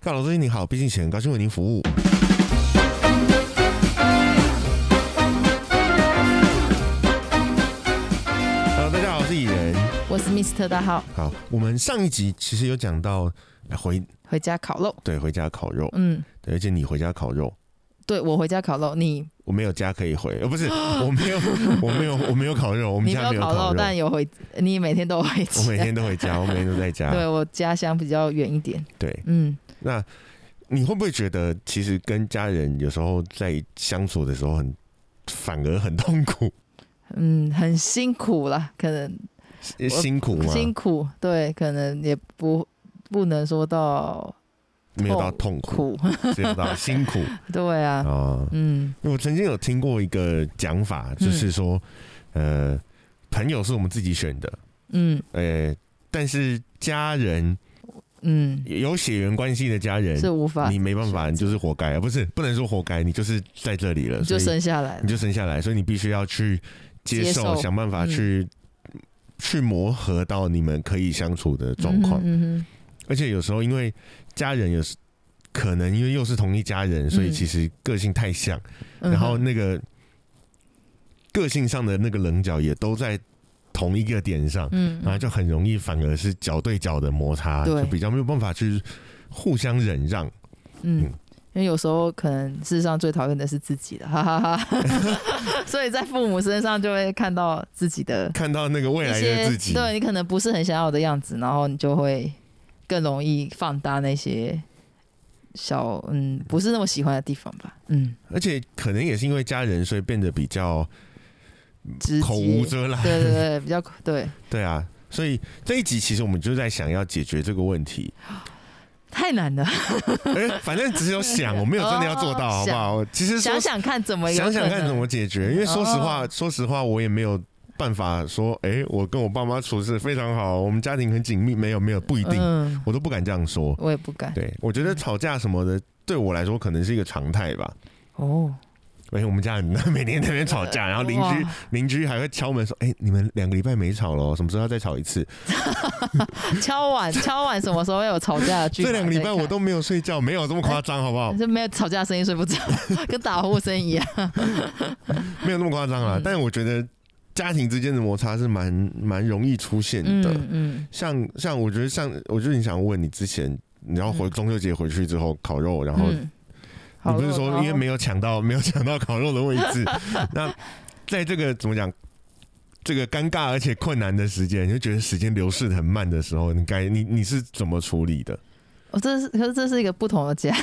大佬最近您好，毕竟前高兴为您服务。Hello，大家好，我是蚁人。我是 Mr 大号，好，我们上一集其实有讲到呃回回家烤肉。对回家烤肉，嗯，对，而且你回家烤肉，对我回家烤肉，你我没有家可以回，呃， 不是，我没有，我没有，我没有烤肉，我们你家没没有有烤肉，但有回，你每天都有回我每家。天都啊回 家，我每天都在家。对我家乡比较远一点，对，嗯，那你会不会觉得，其实跟家人有时候在相处的时候很，反而很痛苦、嗯，很辛苦啦，可能辛苦啊吗？辛苦，对，可能也不不能说到没有到痛苦，苦， 只有到辛苦对啊、 啊，嗯，因为我曾经有听过一个讲法，就是说，呃，朋友是我们自己选的，嗯呃，但是家人嗯，有血缘关系的家人，是无法你，没办法，你就是活该啊！不是，不能说活该，你就是在这里了，你就所以生下来你了，就生下来，所以你必须要去接受，接受想办法嗯去、去磨合到你们可以相处的状况。嗯哼而且有时候因为家人有时可能因为又是同一家人，所以嗯其实个性太像，嗯哼然后那个个性上的那个棱角也都在同一个点上，嗯，然后就很容易反而是脚对脚的摩擦，对就比较没有办法去互相忍让。嗯嗯，因为有时候可能世上最讨厌的是自己的，哈哈哈 所以在父母身上就会看到自己的看到那个未一来些的自己，对你可能不是很想要的样子，然后你就会更容易放大那些小嗯不是那么喜欢的地方吧，嗯，而且可能也是因为家人，所以变得比较直嗯口无接，遮拦。对对对，比较对，对啊，所以这一集其实我们就在想要解决这个问题。太难 了，哎、反正只有 想，我没有真的要做到，哦好不好？其实说想想看怎么有想想可看能怎么解决，因为说实话，哦说实话，我也没有办法说，哎、我跟我爸妈处事非常好，我们家庭很紧密，没有没有，不一定，嗯，我都不敢这样说。我也不敢对，我觉得嗯吵架什么的，对我来说可能是一个常态吧。哦，而且我们家人 每天在那边吵架，然后邻居哇邻居还会敲门说：“哎、你们两个礼拜没吵了哦，什么时候要再吵一次？”敲碗敲碗什么时候会有吵架的剧 这本？两个礼拜再看我都没有睡觉，没有这么夸张，好不好？就没有吵架声音睡不着， 跟打呼声一样。 没有那么夸张啦。嗯但是我觉得家庭之间的摩擦是蛮蛮容易出现嗯的。嗯，像像我觉得像，我就是想问你之前，你要回中秋节回去之后烤肉，然后嗯你不是说因为，好没有抢到没有抢到烤肉的位 置，那在这个怎么讲？这个尴尬而且困难的时间，你就觉得时间流逝得很慢的时候，你该你你是怎么处理的？我、哦、这是可是这是一个不同 的家。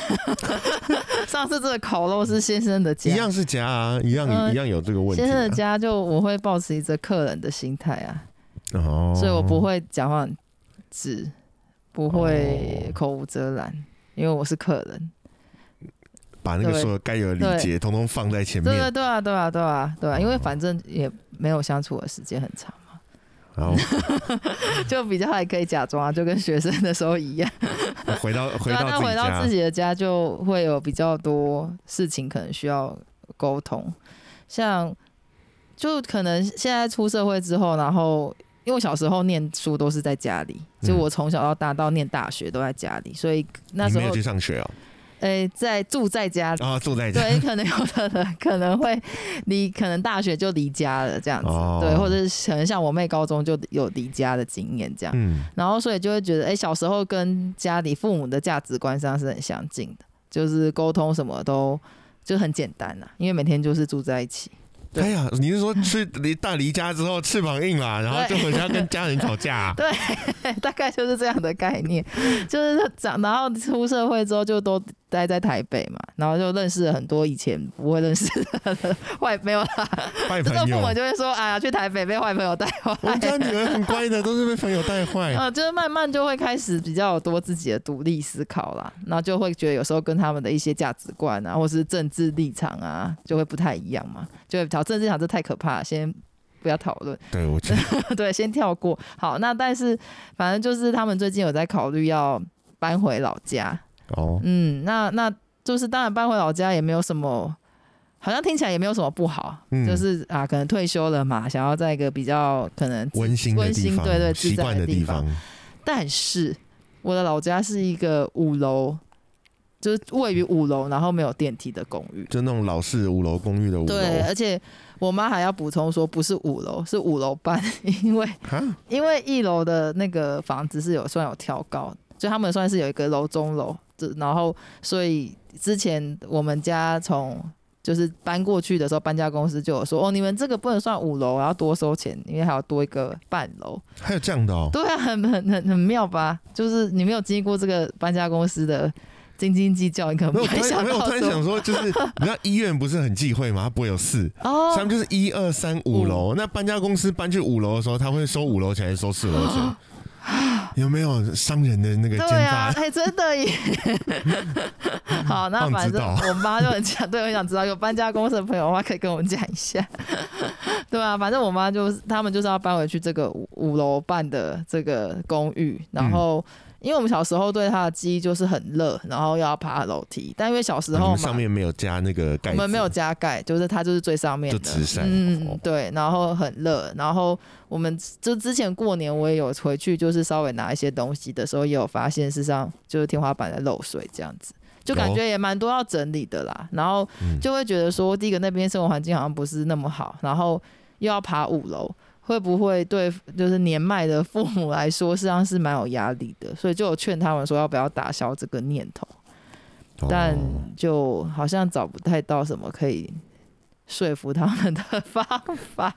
上次这个烤肉是先生的家，一样是家啊，一样、呃一样有这个问题、先生的啊。家就我会保持着客人的心态啊，哦，所以我不会讲话很直，不哦会口无遮拦，因为我是客人。把那个对所有该有的礼节通通放在前对面对，对啊对啊对啊对啊，因为哦反正也没有相处的时间很长 嘛，然后就比较还可以假装啊，就跟学生的时候一样。回 到回对啊，到自那己回家到自，己的家就会有比较多事情可能需要沟通，像就可能现在出社会之后，然后因为我小时候念书都是在家里，嗯就我从小到大到念大学都在家里，所以那你时没候有去上学哦，诶、在住在家 里。啊，住在家对，可能有的人可能会离，可能大学就离家了这样子，哦对，或者是可能像我妹高中就有离家的经验这样。嗯，然后所以就会觉得，哎、小时候跟家里父母的价值观上是很相近的，就是沟通什么都就很简单啦、因为每天就是住在一起。对哎呀，你是说去离大离家之后翅膀硬 了，然后就回家跟家人吵架啊、 大概就是这样的概念， 就是长，然后出社会之后就都待在台北嘛，然后就认识了很多以前不会认识的人 坏没有啦， 拜这朋 种父友母？就会说，哎呀，去台北被坏朋友带坏。我们家女儿很乖的，都是被朋友带坏。呃，就是慢慢就会开始比较有多自己的独立思考啦，然后就会觉得有时候跟他们的一些价值观啊，或是政治立场啊，就会不太一样嘛，就会讨政治立场这太可怕了，先不要讨论， 对，我觉得 对，先跳过。好，那但是反正就是他们最近有在考虑要搬回老家， 哦，嗯，那那就是当然搬回老家也没有什么。好像听起来也没有什么不好，嗯就是啊，可能退休了嘛，想要在一个比较可能温馨的地方，温馨对对习惯的地方，但是我的老家是一个五楼就是位于五楼，然后没有电梯的公寓。就那种老式五楼公寓的五对，楼而且我妈还要补充说，不是五楼，是五楼半，因为 啊，因为一楼的那个房子是有算有挑高，所以他们算是有一个楼中楼，这然后所以之前我们家从就是搬过去的时候，搬家公司就有说，哦，你们这个不能算五楼，然后多收钱，因为还要多一个半楼。还有这样的哦，对啊，很很很很妙吧？就是你没有经历过这个搬家公司的斤斤计较，你可能没有，不我突会然想没有，我到突然说想说， 就是你知道医院不是很忌讳吗？它不会有四，所以他哦们就是一二三五楼。那搬家公司搬去五楼的时候，他会收五楼钱还是收四楼 钱？有没有商人的那个对奸啊，诈？哎、真 的耶！好，那棒反知正道我妈就很想，对，我想知道有搬家公司的朋友的话，可以跟我们讲一下。对啊，反正我妈就是他们就是要搬回去这个五五楼半的这个公寓，然后、嗯因为我们小时候对它的记忆就是很热，然后要爬楼梯，但因为小时哦你候们嘛，上面没有加那个盖我子，们没有加盖，就是它就是最上面的，就直晒哦嗯，对，然后很热，然后我们就之前过年我也有回去，就是稍微拿一些东西的时候，也有发现事实上就是天花板在漏水这样子。就感觉也蛮多要整理的啦，然后嗯就会觉得说，第一个那边生活环境好像不是那么好，然后又要爬五楼， 会不会对就是年迈的父母来说，实际上是蛮有压力的，所以就有劝他们说要不要打消这个念头。哦但就好像找不太到什么可以说服他们的方法。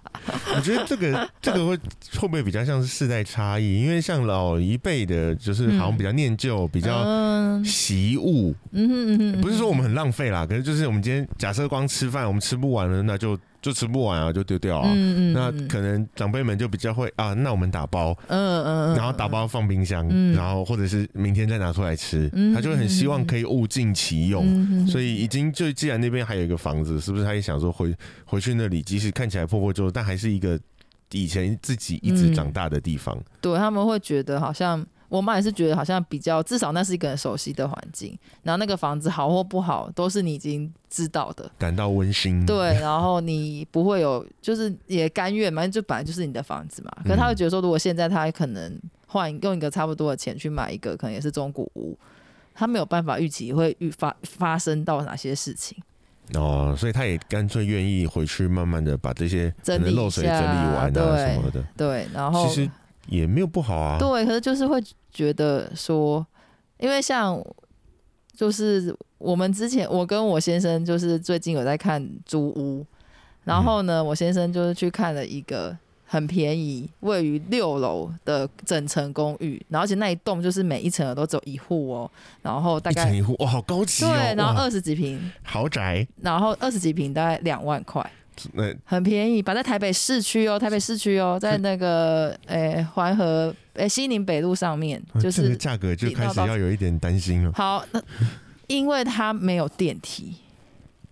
我觉得这 个这个会会不会比较像是世代差异？因为像老一辈的，就是好像比较念旧，比较嗯习物，嗯哼嗯哼不是说我们很浪费啦，可是就是我们今天假设光吃饭，我们吃不完了，那就就吃不完啊，就丢掉啊。嗯嗯那嗯可能长辈们就比较会啊，那我们打包，嗯嗯，然后打包放冰箱，嗯然后或者是明天再拿出来吃，嗯他就会很希望可以物尽其用。用所以已经就既然那边还有一个房子，是不是他也想说回回去那里？即使看起来破破旧旧，但还是一个以前自己一直长大的地方。对他们会觉得好像。我妈也是觉得好像比较，至少那是一个很熟悉的环境，然后那个房子好或不好都是你已经知道的，感到温馨。对，然后你不会有，就是也甘愿嘛，就本来就是你的房子嘛。可是他会嗯觉得说，如果现在他可能换用一个差不多的钱去买一个，可能也是中古屋，他没有办法预期会预发发生到哪些事情，哦，所以他也干脆愿意回去，慢慢的把这些可整理能漏水一整下理完啊对什么的，对，然后其实也没有不好啊。对，可是就是会觉得说，因为像就是我们之前，我跟我先生就是最近有在看租屋，然后呢，我先生就是去看了一个很便宜，位于六楼的整层公寓，然后而且那一栋就是每一层楼都只有一户哦，然后大一层概一户哇，好高级哦！对，然后哇二十几平，豪宅，然后二十几平大概两万块。那很便宜，摆在台北市区哦，台北市区哦，在那个诶环、河诶、西宁北路上面， 就啊这个是价格就开顶始到要有一点担心了好，那因为它没有电梯，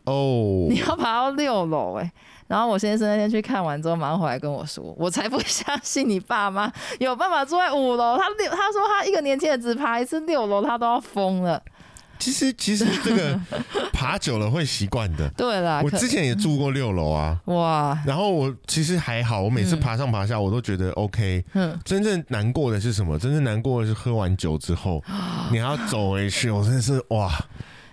哦 你。要爬到六楼哎、然后我先生那天去看完之后，马上回来跟我说：“我才不 相信你爸妈有办法住在五楼。他六，他说他一个年轻人只爬一次六楼，他都要疯了。其实其实这个 爬久了会习惯的。对啦，我啊可之前也住过六楼啊，哇，然后我其实还好，我每次爬上爬下我都觉得 OK。嗯，真正难过的是什么？真正难过的是喝完酒之后，你还要走回去，我真的是哇，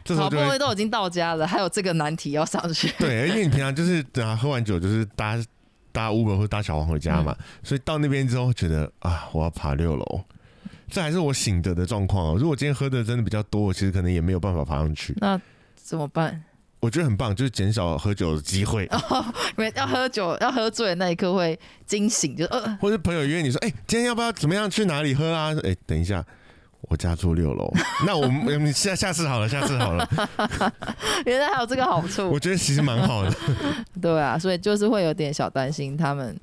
这时候好就不会容易都已经到家了，还有这个难题要上去。对，因为你平常就是等下喝完酒就是搭搭 Uber 或搭小黄回家嘛，所以到那边之后觉得啊，我要爬六楼，这还是我醒着的状况哦。如果今天喝的真的比较多，我其实可能也没有办法爬上去。那怎么办？”我觉得很棒，就是减少喝酒的机会，因为要喝酒、要喝醉的那一刻会惊醒，就呃， 或者朋友约你说，哎、今天要不要怎么样去哪里喝啊？哎、等一下。我家住六楼， 那我们我们下下次好了，下次好 了。原来还有这个好处我，觉得其实蛮好的，对啊，所以就是会有点小担心他们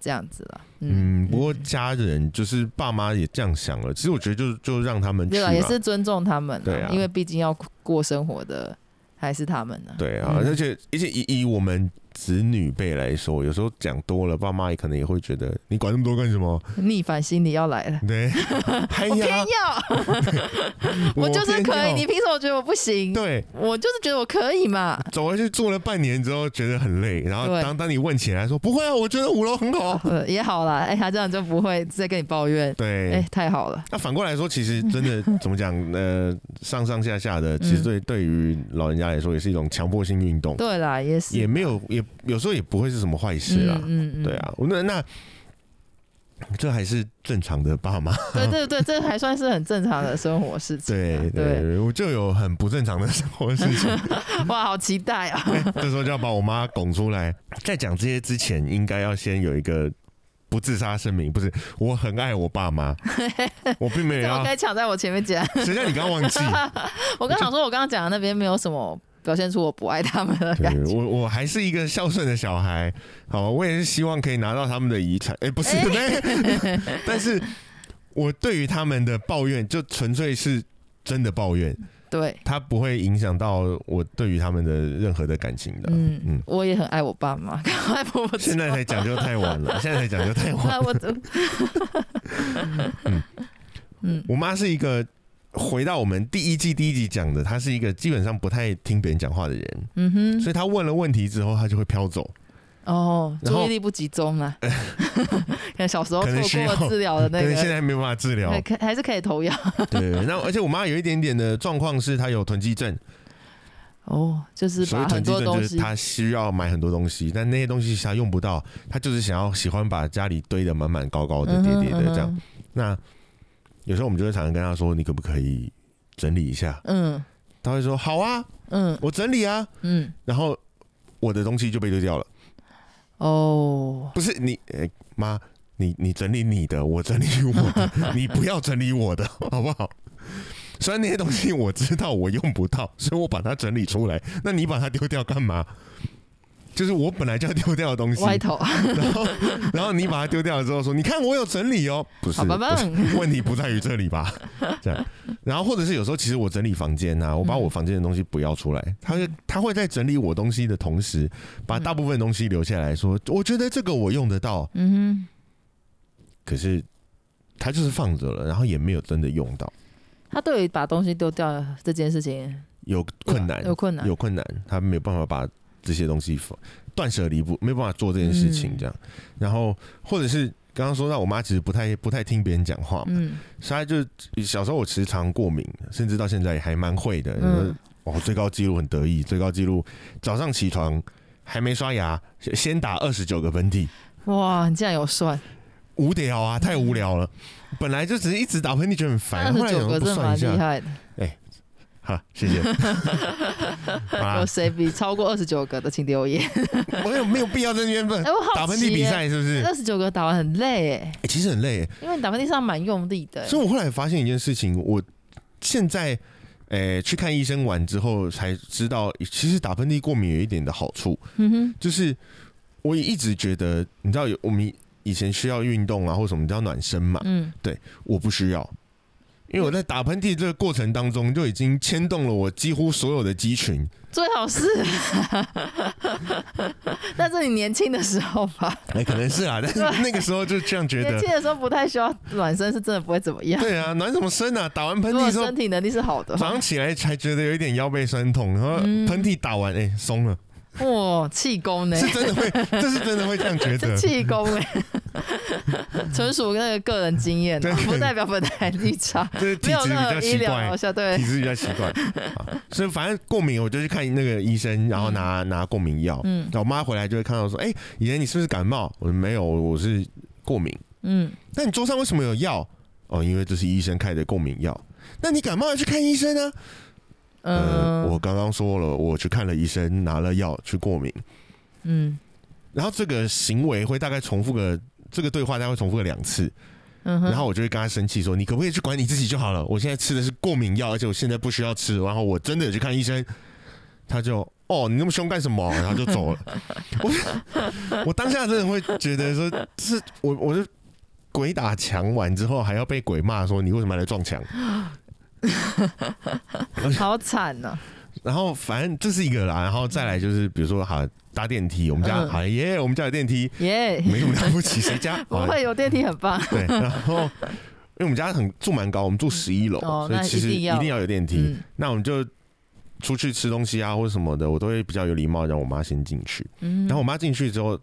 这样子了， 嗯，嗯。不过家人就是爸妈也这样想了，其实我觉得就就让他们去对吧啊，也是尊重他们啦，嗯对啊因为毕竟要过生活的还是他们呢，对啊，嗯而且而且以以我们子女辈来说，有时候讲多了，爸妈也可能也会觉得你管那么多干什么？逆反心理要来了。 对，哎我 偏呀，要，我我就是可以，偏要你凭什么觉得我不行？对，我就是觉得我可以嘛。走回去做了半年之后，觉得很累，然后对当当你问起来说不会啊，我觉得五楼很好，呃，也好啦，哎、他这样就不会再跟你抱怨。对，哎、太好了，那反过来说，其实真 的怎么讲？呃，上上下下的，其实嗯对对于老人家来说，也是一种强迫性运动，对啦，也是，也没有也有时候也不会是什么坏事啦。嗯嗯嗯，对，啊，我那那这还是正常的爸 妈。 对对对，这还算是很正常的生活事情啊、对对，我就有很不正常的生活事 情，哇，好期待啊！这时候就要把我妈拱出来。在讲这些之前，应该要先有一个。不自杀声明不是，我很爱我爸 妈，我并没有怎么要。该抢在我前面讲？谁叫你刚刚 忘记？ 我刚想说，我刚刚讲的那边没有什么表现出我不爱他们的感对觉。我，我还是一个孝顺的小孩，好吧，我也是希望可以拿到他们的遗产。哎、不是， 但是我对于他们的抱怨，就纯粹是真的抱怨，对，它不会影响到我对于他们的任何的感情的。嗯嗯嗯，我也很爱我爸妈，赶快 我不现在才讲就太晚 了，现在才讲就太晚了。啊，我都嗯嗯嗯我妈是一个回到我们第一季第一集讲的，她是一个基本上不太听别人讲话的人，嗯所哼，以她问了问题之后，她就会飘走。哦，然后注意力不集中啦，可能小时候可能需错要过治疗的可那能现个，在没办法治疗，对可还是可以投药 对，那而且我妈有一点点的状况是她有囤积症，哦，就是所谓把囤很积多症东就是西她需要买很多东西，但那些东西她用不到，她就是想要喜欢把家里堆得满满高高的、嗯叠哼叠的这样。嗯哼那有时候我们就会常常跟她说：“你可不可以整理一下嗯？”她会说：“好啊，嗯我整理啊。嗯，”然后我的东西就被丢掉了。哦，不是你，呃妈、你你整理你的，我整理我的，你不要整理我的，好不好？虽然那些东西我知道我用不到，所以我把它整理出来。那你把它丢掉干嘛？就是我本来就要丢掉的东西，歪头， 然后然后你把它丢掉了之后说：“你看我有整理哦。”不是，好棒不是棒，问题不在于这里吧？ 这样，然后或者是有时候其实我整理房间啊，我把我房间的东西不要出来，他会他会在整理我东西的同时，把大部分东西留下来说，我觉得这个我用得到，嗯可是他就是放着了，然后也没有真的用到，哼，他对于把东西丢掉这件事情有困难，有困难，啊有困难，他没有办法把这些东西放断舍离不没有办法做这件事情嗯这样，然后或者是刚刚说到我妈其实不太不太听别人讲话嘛，嗯所以她就小时候我时常过敏，甚至到现在也还蛮会的，嗯哦，最高纪录很得意，最高纪录早上起床还没刷牙，先先打二十九个喷嚏，哇，你竟然有算无聊嗯啊，太无聊了。本来就只是一直打喷嚏，觉得很二烦，十后来九有个，人不真的算蛮一厉下，害的。好，谢谢。 啊有，谁比超过二十九个的，请留言。 我有没有必要在那边问哎、我好哎打喷嚏比赛是不是？二十九个打完很累哎，欸其实很累耶，因为你打喷嚏上蛮用力的欸。所以我后来发现一件事情，我现在。诶、去看医生完之后才知道，其实打喷嚏过敏有一点的好处，嗯哼，就是我一直觉得，你知道有我们以前需要运动啊，或什么叫暖身嘛，嗯，我不需要，因为我在打喷嚏这个过程当中就已经牵动了我几乎所有的肌群。最好是， 那是你年轻的时候吧？哎、可能是啊，但是那个时候就这样觉年得轻。的时候不太需要暖身，是真的不会怎么样。 对啊，暖什么身啊？打完喷如嚏果之后身，体能力是好的话，早上起来才觉得有一点腰背酸痛，然后嗯喷嚏打完，哎、松了，哇，气功呢是？真的会，这 是真的会这样觉这得。气功哎，纯属那个个人经验对啊，不代表本台立场，这 是体没有质比任较何奇医疗怪疗，效。对体，质比较奇 怪，啊所以反正过敏我就去看那个医生，然后拿、拿过敏药。嗯然后我妈回来就会看到说：“哎、以前你是不是感冒？”我说：“没有，我是过敏。”嗯，那你桌上为什么有药？哦，因为这是医生开的过敏药。那你感冒要去看医生啊？呃，我嗯刚刚说了，我去看了医生，拿了药去过敏。嗯然后这个行为会大概重复个这个对话，大概会重复个两次。嗯哼，然后我就会跟他生气说：“你可不可以去管你自己就好了？我现在吃的是过敏药，而且我现在不需要吃。然后我真的有去看医生，他就哦，你那么凶干什么？然后就 走了。我我当下真的会觉得说，是我我就鬼打墙完之后还要被鬼骂说你为什么还来撞墙？好惨呢、啊然后反正这是一个啦，然后再来就是比如说好搭电梯，我们家嗯好耶，我们家有电梯，耶、没什么了不起，谁 家不好会有电梯很棒。 对，然后。因为我们家很住蛮高，我们住十一楼，哦所以那其实一一定要定要有电梯。嗯那我们就出去吃东西啊，或者什么的，我都会比较有礼貌，让我妈先进去。嗯，然后我妈进去之后，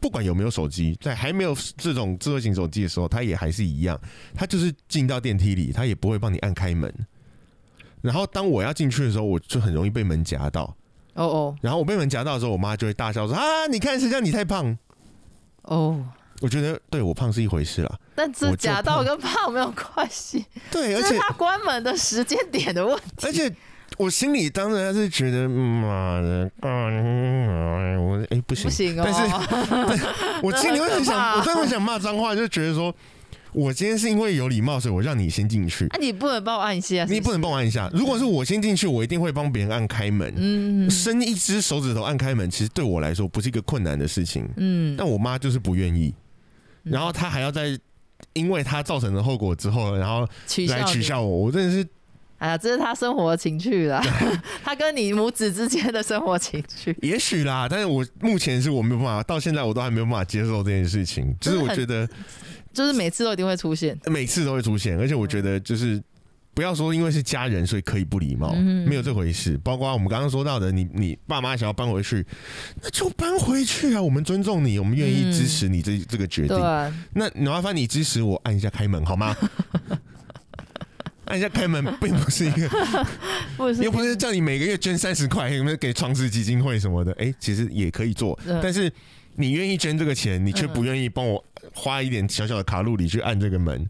不管有没有手机，在还没有这种智慧型手机的时候，她也还是一样，她就是进到电梯里，她也不会帮你按开门。然后当我要进去的时候，我就很容易被门夹到。哦哦然后我被门夹到的时候，我妈就会大笑说：“啊，你看谁叫你太胖哦，？”我觉得对我胖是一回事啦，但我这就夹怕到跟胖没有关系，对，而这且是他关门的时间点的问题。而且我心里当然是觉得，妈的，嗯我哎、不行不，行哦，但 是我心里会很很可怕想，我 真的会想骂脏话，就觉得说，我今天是因为有礼貌，所以我让你先进去，啊，你不能帮我按一下，你不能帮我按一下。如果是我先进去，我一定会帮别人按开门，嗯伸一只手指头按开门，其实对我来说不是一个困难的事情，嗯，但我妈就是不愿意，嗯然后她还要在。因为她造成的后果之后，然后取来笑取你笑我，我真的是哎呀，这是他生活情趣 啦，他跟你母子之间的生活情趣，也许啦，但是我目前是我没有办法，到现在我都还没有办法接受这件事情。就是我觉得就是每次都一定会出现。每次都会出现，而且我觉得就是不要说因为是家人所以可以不礼貌，嗯没有这回事。包括我们刚刚说到的，你你爸妈想要搬回去，那就搬回去啊，我们尊重你，我们愿意嗯支持你这、这个决定对。啊，那麻烦你支持我按一下开门好 吗？按一下开门并不是一个不 是又不是叫你每个月捐三十块，有没有给创世基金会什么的？哎、其实也可以做，嗯但是你愿意捐这个钱，你却不愿意帮我花一点小小的卡路里去按这个门，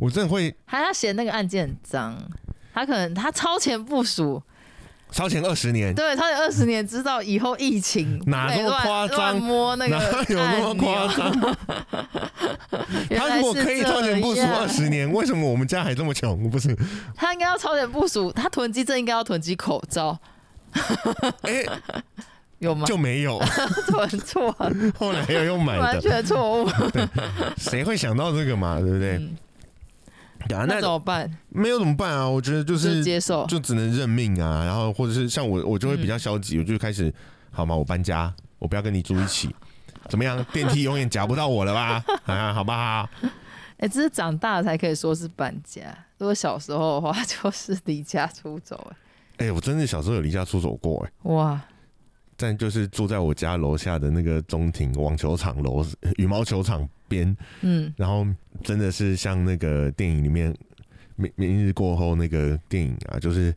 我真的会还要嫌那个按键很脏，他可能他超前部署，超前二十年。对，超前二十年知道以后疫情哪不可以那么夸张乱乱摸那个 哪有那么夸按钮？张？原他来如果是可以这超前部署样二十年，为什么我们家还这么穷？不是？他应该要超前部署，他囤积症应该要囤积口罩，哎、有吗？ 就没有。 囤错了，后来又又买完的，全错误，谁会想到这个嘛？对不对？嗯啊，那那怎么办？没有怎么办啊？我觉得就就是是接受，就只能认命啊。然后或者是像我，我就会比较消极，我就开始好吗？我搬家，我不要跟你住一起，怎么样？电梯永远夹不到我了吧？啊，好不好？哎、这是长大了才可以说是搬家。如果小时候的话， 就是离家出走、哎，哎、我真的小时候有离家出走过、哎，哇，但就是住在我家楼下的那个中庭网球场楼、羽毛球场边，嗯，然后真的是像那个电影里面。明明日过后，那个电影啊，就是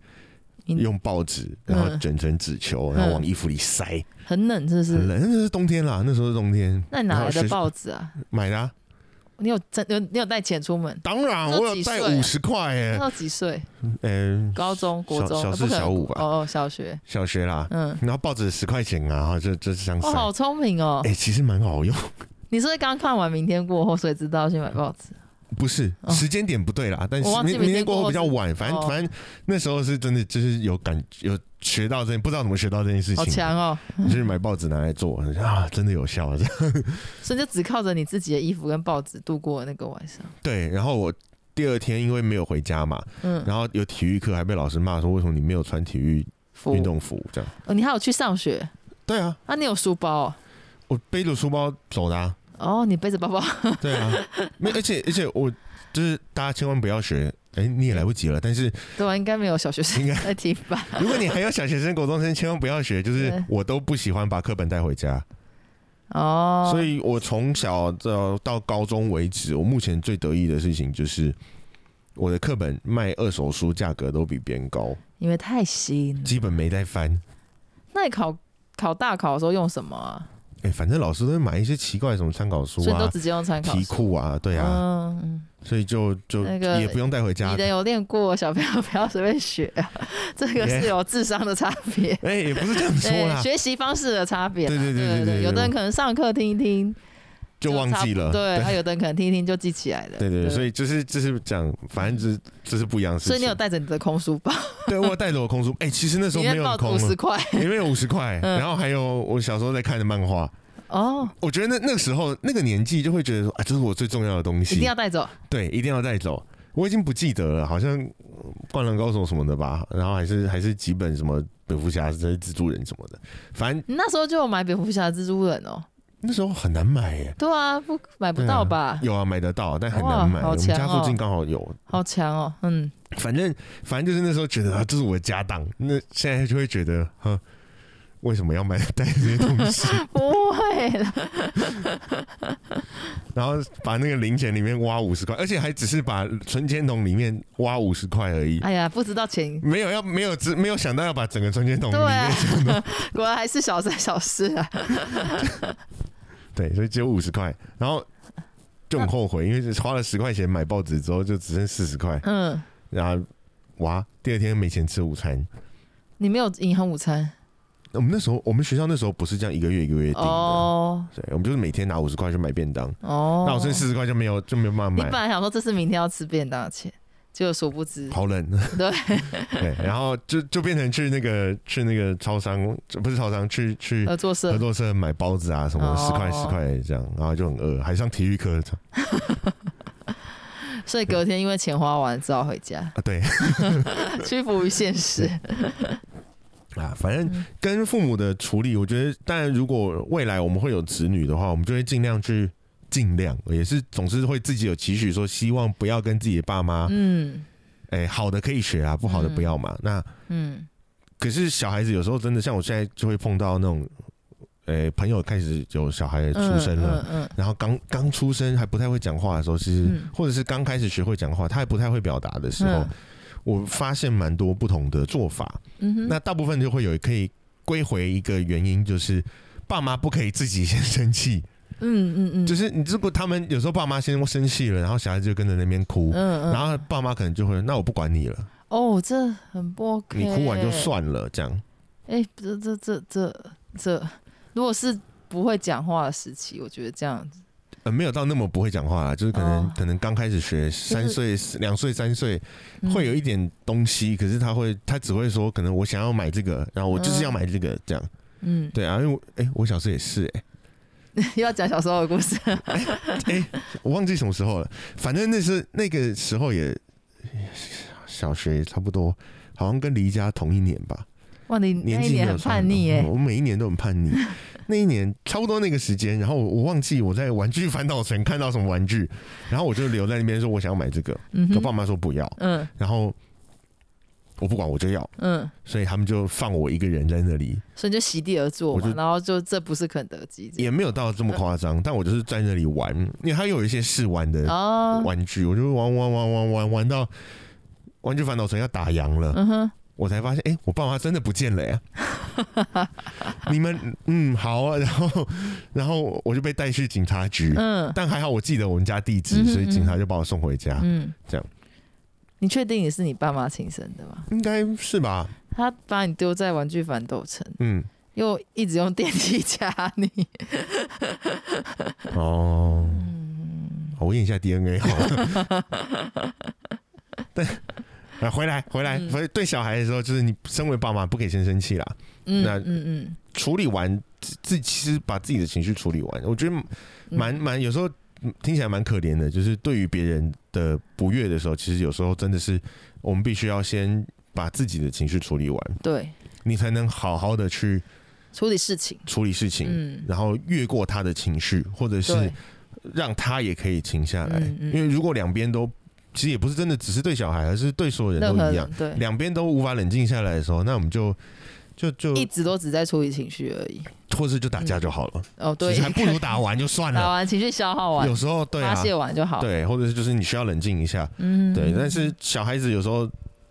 你用报纸，然后嗯卷成纸球，然后嗯往衣服里塞。很冷是不很是？冷，那是冬天啦，那时候是冬天。那你哪然后来的学报纸啊？买的、啊？你有真有你有带钱出门？当然，那我有几带岁啊五十块那耶时，候几岁？嗯、高中、国小中？呃小呃四不可能小五吧哦哦，小学。小学啦，嗯，然后报纸十块钱啊，然后就就是想塞哦，，好聪明哦！哎、其实蛮好用， 你是不是刚看完《明天过后》，所以知道要去买报纸？不是、哦时间点不对啦，但是我忘记明明天天过过后后比较是晚，反正、哦反正那时候是真的就是有感有学到这，不知道怎么学到这件事好情，强哦！就是买报纸拿来做啊，真的有效啊，这样 所以就只靠着你自己的衣服跟报纸度过那个晚上。对，然后我。第二天因为没有回家嘛，嗯，然后有体育课还被老师骂说为什么你没有穿体育服运动服这样。哦，你还有去上学？对啊，啊，你有书包哦？我背着书包走的、啊。哦，你背着包 包，对啊，没，而且而且我就是大家千万不要学，哎、你也来不及了。但是对啊吧？应该没有小学生应该在听吧？如果你还有小学生、国中生，千万不要学，就是对我都不喜欢把课本带回家，哦，所以我从小到到高中为止，我目前最得意的事情就是。我的课本卖二手书价格都比别人高，因为太新。基本没在翻。那你考考大考的时候用什么啊？哎、反正老师都会买一些奇怪的什么参考书所以你都啊、直接用参考题书库啊，对啊，嗯，所以就就那个也不用带回家你。的有练过，小朋友不要随便学啊， 这个是有智商的差别，哎、也不是这样 说啦 对，，学习方式的差别啦。对对对对对对对有的人可能上课听一听就忘差不记了。对，啊，有的人可能听一听就记起来了。对对对，所以以就是就是讲，反正这这是不一样的事情。所以你有带着你的空书包，对我有带着我空书，哎、其实那时里候没面有抱很着空五十了，块 里面有五十块，嗯然后还有我小时候在看的漫画。哦，我觉得那那个时候那个年纪就会觉得说，啊，这是我最重要的东一定西要，带走。对，一定要带走。我已经不记得了，好像《呃灌篮高手》什么的吧，然后还是还是几本什么蝙蝠侠、这些蜘蛛人什么的，反正你那时候就有买蝙蝠侠、蜘蛛人哦？那时候很难买耶。对啊，不买不到吧？有啊，买得到，但很哇难买。好我们家强哦附近刚好有，好强哦， 嗯，反正反正就是那时候觉得啊，这是我的家当，那现在就会觉得，哼，为什么要买带这些东西？不会啦，然后把那个零钱里面挖五十块，而且还只是把存钱筒里面挖五十块而已，哎呀，不知道钱，没有要没有只没有想到要把整个存钱筒里对面啊， 果然还是小三小四啊，对，所以只有五十块，然后就很后悔，因为花了十块钱买报纸之后就只剩四十块， 嗯，然后哇，第二天没钱吃午餐。你没有银行午餐我们那时候，我们学校那时候不是这样一个月一个月定的，哦对，我们就是每天拿五十块去买便当，哦，那我剩四十块就没有就没有办法你本买，来想说这是明天要吃便当的钱，结果殊不知，好冷。 对对，然后就就变成去那个去那个超商，就不是超商，去去合作合社作社买包子啊什么，哦十块十块这样，然后就很饿，还上体育课所以隔天因为钱花完，只好 回家，啊，对屈服于现实。啊，反正嗯跟父母的处理，我觉得，当然如果未来我们会有子女的话，我们就会尽量去。尽量也是，总是会自己有期许，说希望不要跟自己的爸妈，嗯哎、好的可以学啊，不好的不要嘛。那嗯，可是小孩子有时候真的像我现在就会碰到那种，呃、朋友开始有小孩出生了，嗯嗯然后刚刚出生还不太会讲话的时候，其实、嗯或者是刚开始学会讲话，他还不太会表达的时候，嗯我发现蛮多不同的做法。嗯哼，那大部分就会有可以归回一个原因，就是爸妈不可以自己先生气，嗯嗯嗯，就是你如果他们有时候爸妈先生气了，然后小孩子就跟着那边哭。嗯嗯，然后爸妈可能就会，那我不管你了，哦，这很不 OK，你哭完就。算了，这样。哎、这这这这这，如果是不会讲话的时期，我觉得这样子，呃，没有到那么不会讲话啦，就是可能、哦可能刚开始学，三岁、两岁、三岁嗯会有一点东西，可是他会他只会说，可能我想要买这个，然后我就是要买这个，这样。嗯，对啊，因为我哎、我小时候也是哎、 又要讲小时候的故事，我忘记什么时候了，反正那是那个时候也小学差不多，好像跟离家同一年吧。 哇，你那年一纪没年有很差叛逆多哎、我每一年都很叛逆。那一年差不多那个时间，然后我我忘记我在玩具翻倒城看到什么玩具，然后我就留在那边说我想要买这个，嗯可爸哼，妈说不要，嗯然后我不管我就要，嗯，所以他们就放我一个人在那里，所以你就席地而坐我嘛就，然后就这不是肯德基这样，也没有到这么夸张，但我就是在那里玩，因为他有一些试玩的哦，玩具，我就玩玩玩玩玩玩到玩具反斗城要打烊了，嗯哼，我才发现，哎、我爸妈真的不见了 呀！你们嗯好啊，然后然后我就被带去警察局，嗯但还好我记得我们家地址，嗯哼所以警察就把我送回家，嗯，啊这样。你确定也是你爸妈亲生的吗？应该是吧？他把你丢在玩具反斗城，嗯，又一直用电梯夹你，哦，好我验一下 DNA 好了。但啊，回来回来，嗯所以对小孩的时候，就是你身为爸妈不可以先生气啦，嗯那嗯嗯处理完自自其实把自己的情绪处理完，我觉得嗯，蛮蛮有时候嗯听起来蛮可怜的，就是对于别人的不悦的时候，其实有时候真的是我们必须要先把自己的情绪处理完，对你才能好好的去处理事情，处理事情，嗯，然后越过他的情绪，或者是对，让他也可以停下来。嗯嗯因为如果两边都其实也不是真的只是对小孩，而是对所有人任何都一样人，嗯对，两边都无法冷静下来的时候，那我们就就就一直都只在处理情绪而已。或是就打架就好了，哦，其对实，还不如打完就算 打了。完情绪消耗完有，时候对发啊，泄完就好。对，或者是就是你需要冷静一下，嗯，对，但是小孩子有时候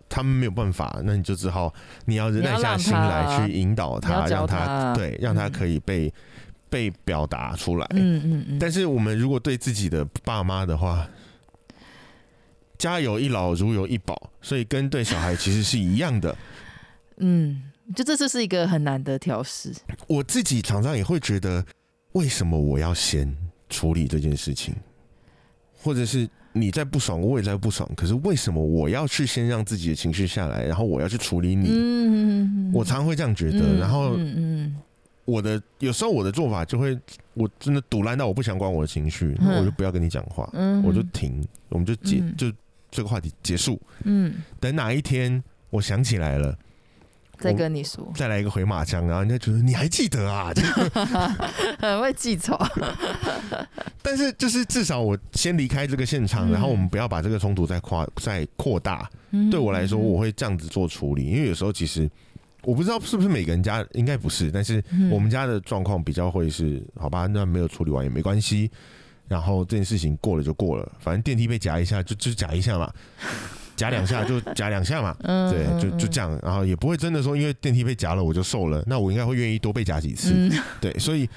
他们没有办法，那你就只好你要你耐要下让心他来去引导你他，要教让他对，让他嗯可以被、被表达出来。嗯嗯嗯，但是我们如果对自己的爸妈的话，家有一老如有一宝，所以跟对小孩其实是一样的。 嗯，就这就是一个很难的调试。我自己常常也会觉得，为什么我要先处理这件事情，或者是你在不爽，我也在不爽，可是为什么我要去先让自己的情绪下来，然后我要去处理你？嗯，我常会这样觉得，嗯然后嗯嗯我的有时候我的做法就会，我真的堵烂到我不想管我的情绪，嗯那我就不要跟你讲话，嗯，我就停，我们就解、嗯就这个话题结束，嗯，等哪一天我想起来了，再我跟你说，再来一个回马枪，然后人家觉得你还记得啊。 这很会记仇。但是就是至少我先离开这个现场，嗯然后我们不要把这个冲突再夸再扩大。 对我嗯来说，我会这样子做处理，因为有时候其实我不知道是不是每个人家应该不是，但是嗯我们家的状况比较会是，好吧，那没有处理完也没关系，然后这件事情过了就过了，反正电梯被夹一下就就夹一下嘛， 夹两下就夹两下嘛，嗯对，就就这样。样，然后也不会真的说因为电梯被夹了我就瘦了，那我应该会愿意多被夹几次，嗯，对，所以。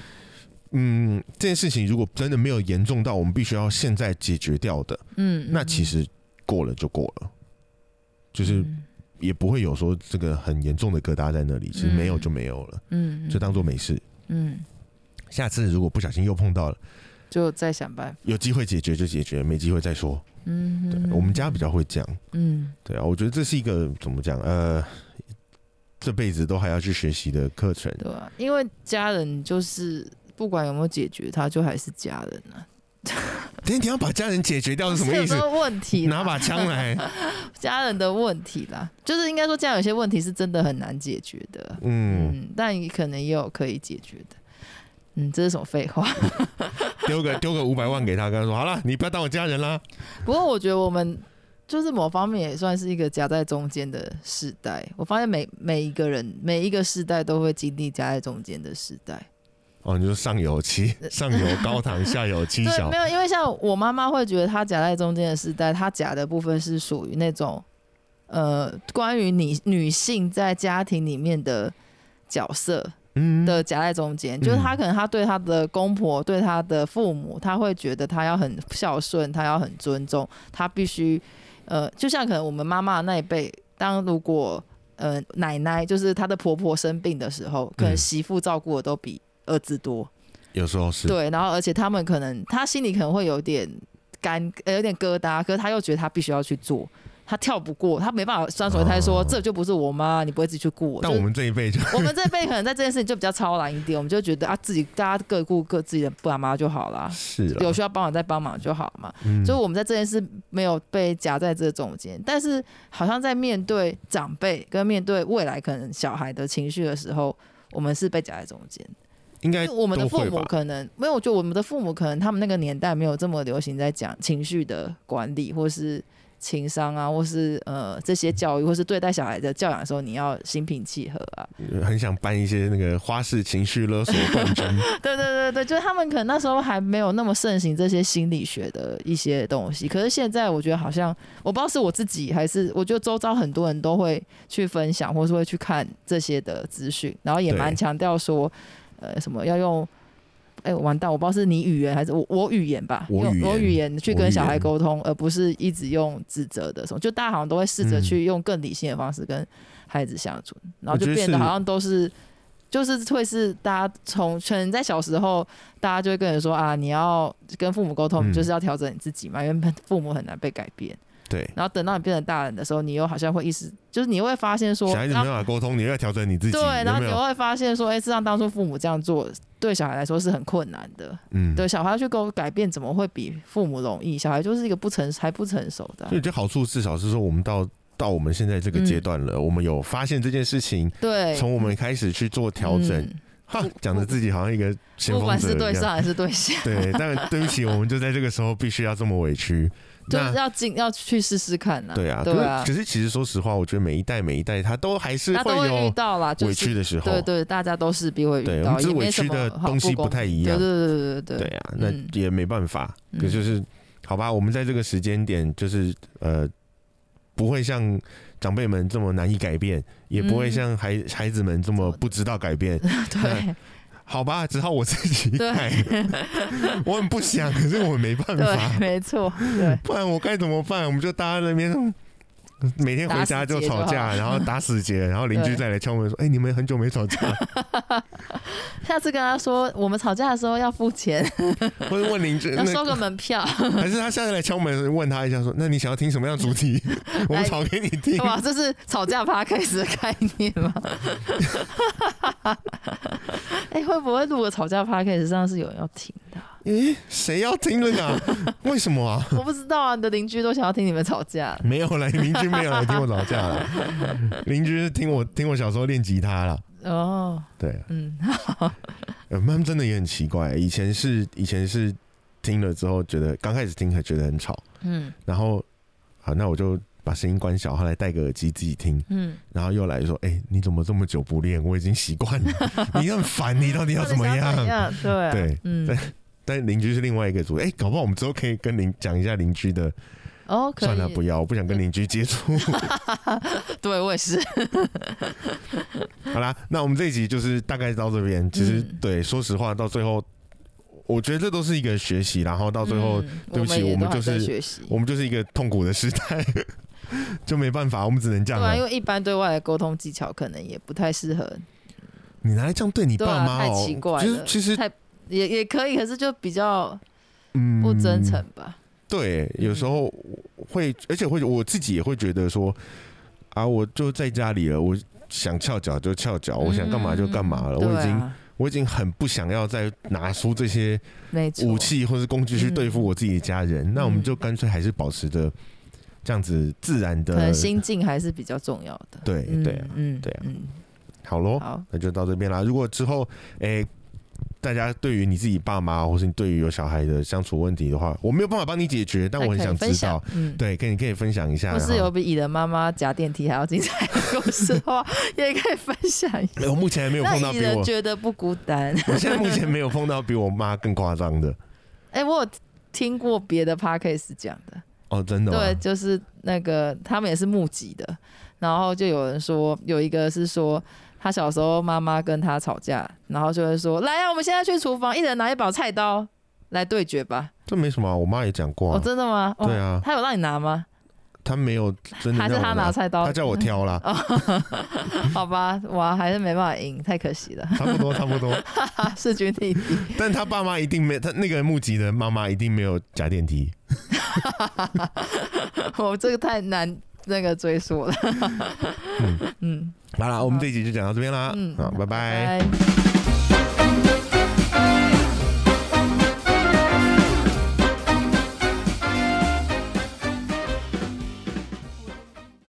嗯，这件事情如果真的没有严重到我们必须要现在解决掉的，嗯，那其实过了就过了，就是嗯也不会有说这个很严重的疙瘩在那里，其实没有就没有了，嗯，就当做没事。嗯，下次如果不小心又碰到了，就再想办法。有机会解决就解决，没机会再说。嗯，对、我们家比较会这样，嗯对啊，我觉得这是一个怎么讲，呃，这辈子都还要去学习的课程。对啊，因为家人就是不管有没有解决，他就还是家人啊。等一下你要把家人解决掉是什么意 有思没？有问题啊啦？拿把枪来，家人的问题啦，就是应该说家人有些问题是真的很难解决的，嗯，嗯，但你可能也有可以解决的。嗯，这是什么废话？ 丢个丢个五百万给他，跟他说好了，你不要当我家人啦。不过我觉得我们就是某方面也算是一个夹在中间的世代。我发现每每一个人每一个世代都会经历夹在中间的世代。哦，你说上有 妻，上有高堂，下有妻对，小没，有，因为像我妈妈会觉得她夹在中间的世代，她夹的部分是属于那种呃，关于你女性在家庭里面的角色嗯，的夹在中间，就是她可能她对她的公婆、对她的父母，她会觉得她要很孝顺，她要很尊重，她必须呃，就像可能我们妈妈那一辈，当如果呃奶奶就是她的婆婆生病的时候，可能嗯媳妇照顾的都比儿子多。有时候是，对，然后而且他们可能他心里可能会有点干，呃有点疙瘩，可是他又觉得他必须要去做，他跳不过，他没办法双手一摊说、哦这就不是我妈，你不会自己去顾我。但就我们这一辈就 我们这辈可能在这件事情就比较超然一点，我们就觉得啊自己大家各顾各自己的爸妈就好啦，是了有，需要帮忙再帮忙就好嘛。嗯所以我们在这件事没有被夹在这中间，但是好像在面对长辈跟面对未来可能小孩的情绪的时候，我们是被夹在中间。应该因为我们的哎都父会母吧可能没有，我觉得我们的父母可能他们那个年代没有这么流行在讲情绪的管理，或是情商啊，或是呃这些教育，或是对待小孩的教养的时候，你要心平气和啊。呃很想办一些那个花式情绪勒索冠军， 对对对对，就是他们可能那时候还没有那么盛行这些心理学的一些东西，可是现在我觉得好像我不知道是我自己还是我觉得周遭很多人都会去分享，或是会去看这些的资讯，然后也对蛮强调说，呃，什么要用。哎、完蛋！我不知道是你语言还是我我语言吧，我用语言我语言去我语跟言小孩沟通，而不是一直用指责的什么。就大家好像都会试着嗯去用更理性的方式跟孩子相处，我然后觉就得变得是好像都是就是会是大家从可能在小时候，大家就会跟人说啊，你要跟父母沟通，嗯你就是要调整你自己嘛，因为父母很难被改变。对。然后等到你变成大人的时候，你又好像会意识，就是你会发现说，小孩子没当办法沟通，你又要调整你自己，对，然有后没你有？会发现说，哎、事实上当初父母这样做对小孩来说是很困难的。嗯，对，小孩要去沟改变，怎么会比父母容易？小孩就是一个不成还不成熟的啊、所以我觉得好处至少是说，我们到到我们现在这个阶嗯段了，我们有发现这件事情，对，从我们开始去做调整。嗯哈，讲的自己好像一个先不锋管者是对一样。上还是对下，对，但对不起，我们就在这个时候必须要这么委屈。就那是要进要去试试看呐、对啊，对啊可是可是其实说实话，我觉得每一代每一代他都还是大家都会遇有到啦，就委是屈的时候。对对，大家都势必会对遇我到，们只也是委没什屈么的好东西公不太平一样对对对对对对，啊，那嗯也没办法，嗯可就是好吧，我们在这个时间点，就是呃，不会像长辈们这么难以改变，也不会嗯像孩、孩子们这么不知道改 变，啊对 好吧，只好我自己对改。 我很不想，可是我没办对，法，没错， 对，不然我该怎么办？我们就大家在那边。每天回家就吵打架，然后打死结，然后邻居对再来敲门说：“哎、你们很久没吵架。 下次跟他说，我们吵架的时候要付钱，”或者问邻居，要那收个门票，还是他下次来敲门问他一下说：“那你想要听什么样的主题？ 我们来吵给你听。”哇，这是吵架 p 开始的概念吗？ 哎，会不会录个吵架 p 开始上是有人要听的啊？ 诶、谁要听这个啊？ 为什么啊？我不知道啊，你的邻居都想要听你们吵架，没有来，邻居没有来听我吵架了， 邻居是听我听我小时候练吉他了。哦，对，嗯， 呃，他们真的也很奇怪。以前是以前是听了之后觉得刚开始听还觉得很吵，嗯然后好，那我就把声音关小，后来戴个耳机自己听，嗯，然后又来说，哎、你怎么这么久不练？我已经习惯了， 你很烦，你到 底要怎么到底想怎样？样？对啊对，嗯对，但邻居是另外一个组，哎、搞不好我们之后可以跟邻讲一下邻居的。哦，可算了，不以，要，我不想跟邻居接 触。 对我也是，好啦，那我们这一集就是大概到这边。其实、嗯对，说实话，到最后，我觉得这都是一个学习，然后到最后，嗯对不起也我们都还就是在学习，我们就是一个痛苦的时代， 就没办法，我们只能这对样啊，因了。为一般对外的沟通技巧可能也不太适合，你拿来这样对你对爸啊，妈太哦、奇怪就是了，其实太也也可以，可是就比较嗯不真诚。吧。对，有时候会，而且会我自己也会觉得说，啊，我就在家里了，我想翘脚就翘脚，哦我想干嘛就干嘛了，嗯我已对经啊我已经很不想要再拿出这些。没错武器或是工具去对付我自己的家人，嗯那我们就干脆还是保持着这样子自然可能的。心境还是比较重要的。对嗯对啊，嗯，对啊哦嗯，好喽，好，那就到这边啦。如果之后诶、大家对于你自己爸妈或是你对于有小孩的相处问题的话，我没有办法帮你解决，但我很还可以想分知享道。，嗯，对，啊可以可以分享一下。或是然有后比蚁的妈妈夹电梯还要精彩的故事的话， 也可以分享一下。没有，哎目前还没有碰到让蚁比人我，觉得不孤单。 我现在目前没有碰到比我妈更夸张的。哎、我有听过别的 podcast 讲的，哦，真的吗？对，就是那个他们也是募集的，然后就有人说有一个是说。他小时候，妈妈跟他吵架，然后就会说：“来啊，我们现在去厨房，一人拿一把菜刀来对决吧。这没什么啊，我妈也讲”过哦，啊，真的吗？哦对啊他有让你拿吗？她没有真的还是让我他拿菜刀？哦她叫我挑啦， 好吧，哇，还是没办法赢，太可惜了。差不多差不 多。啊，势均力敌， 但他爸妈一定没，他那个目击的妈妈一定没有夹电梯。我这个太难那个追溯了。嗯好啦，我们这一集就讲到这边啦，嗯，好，拜拜拜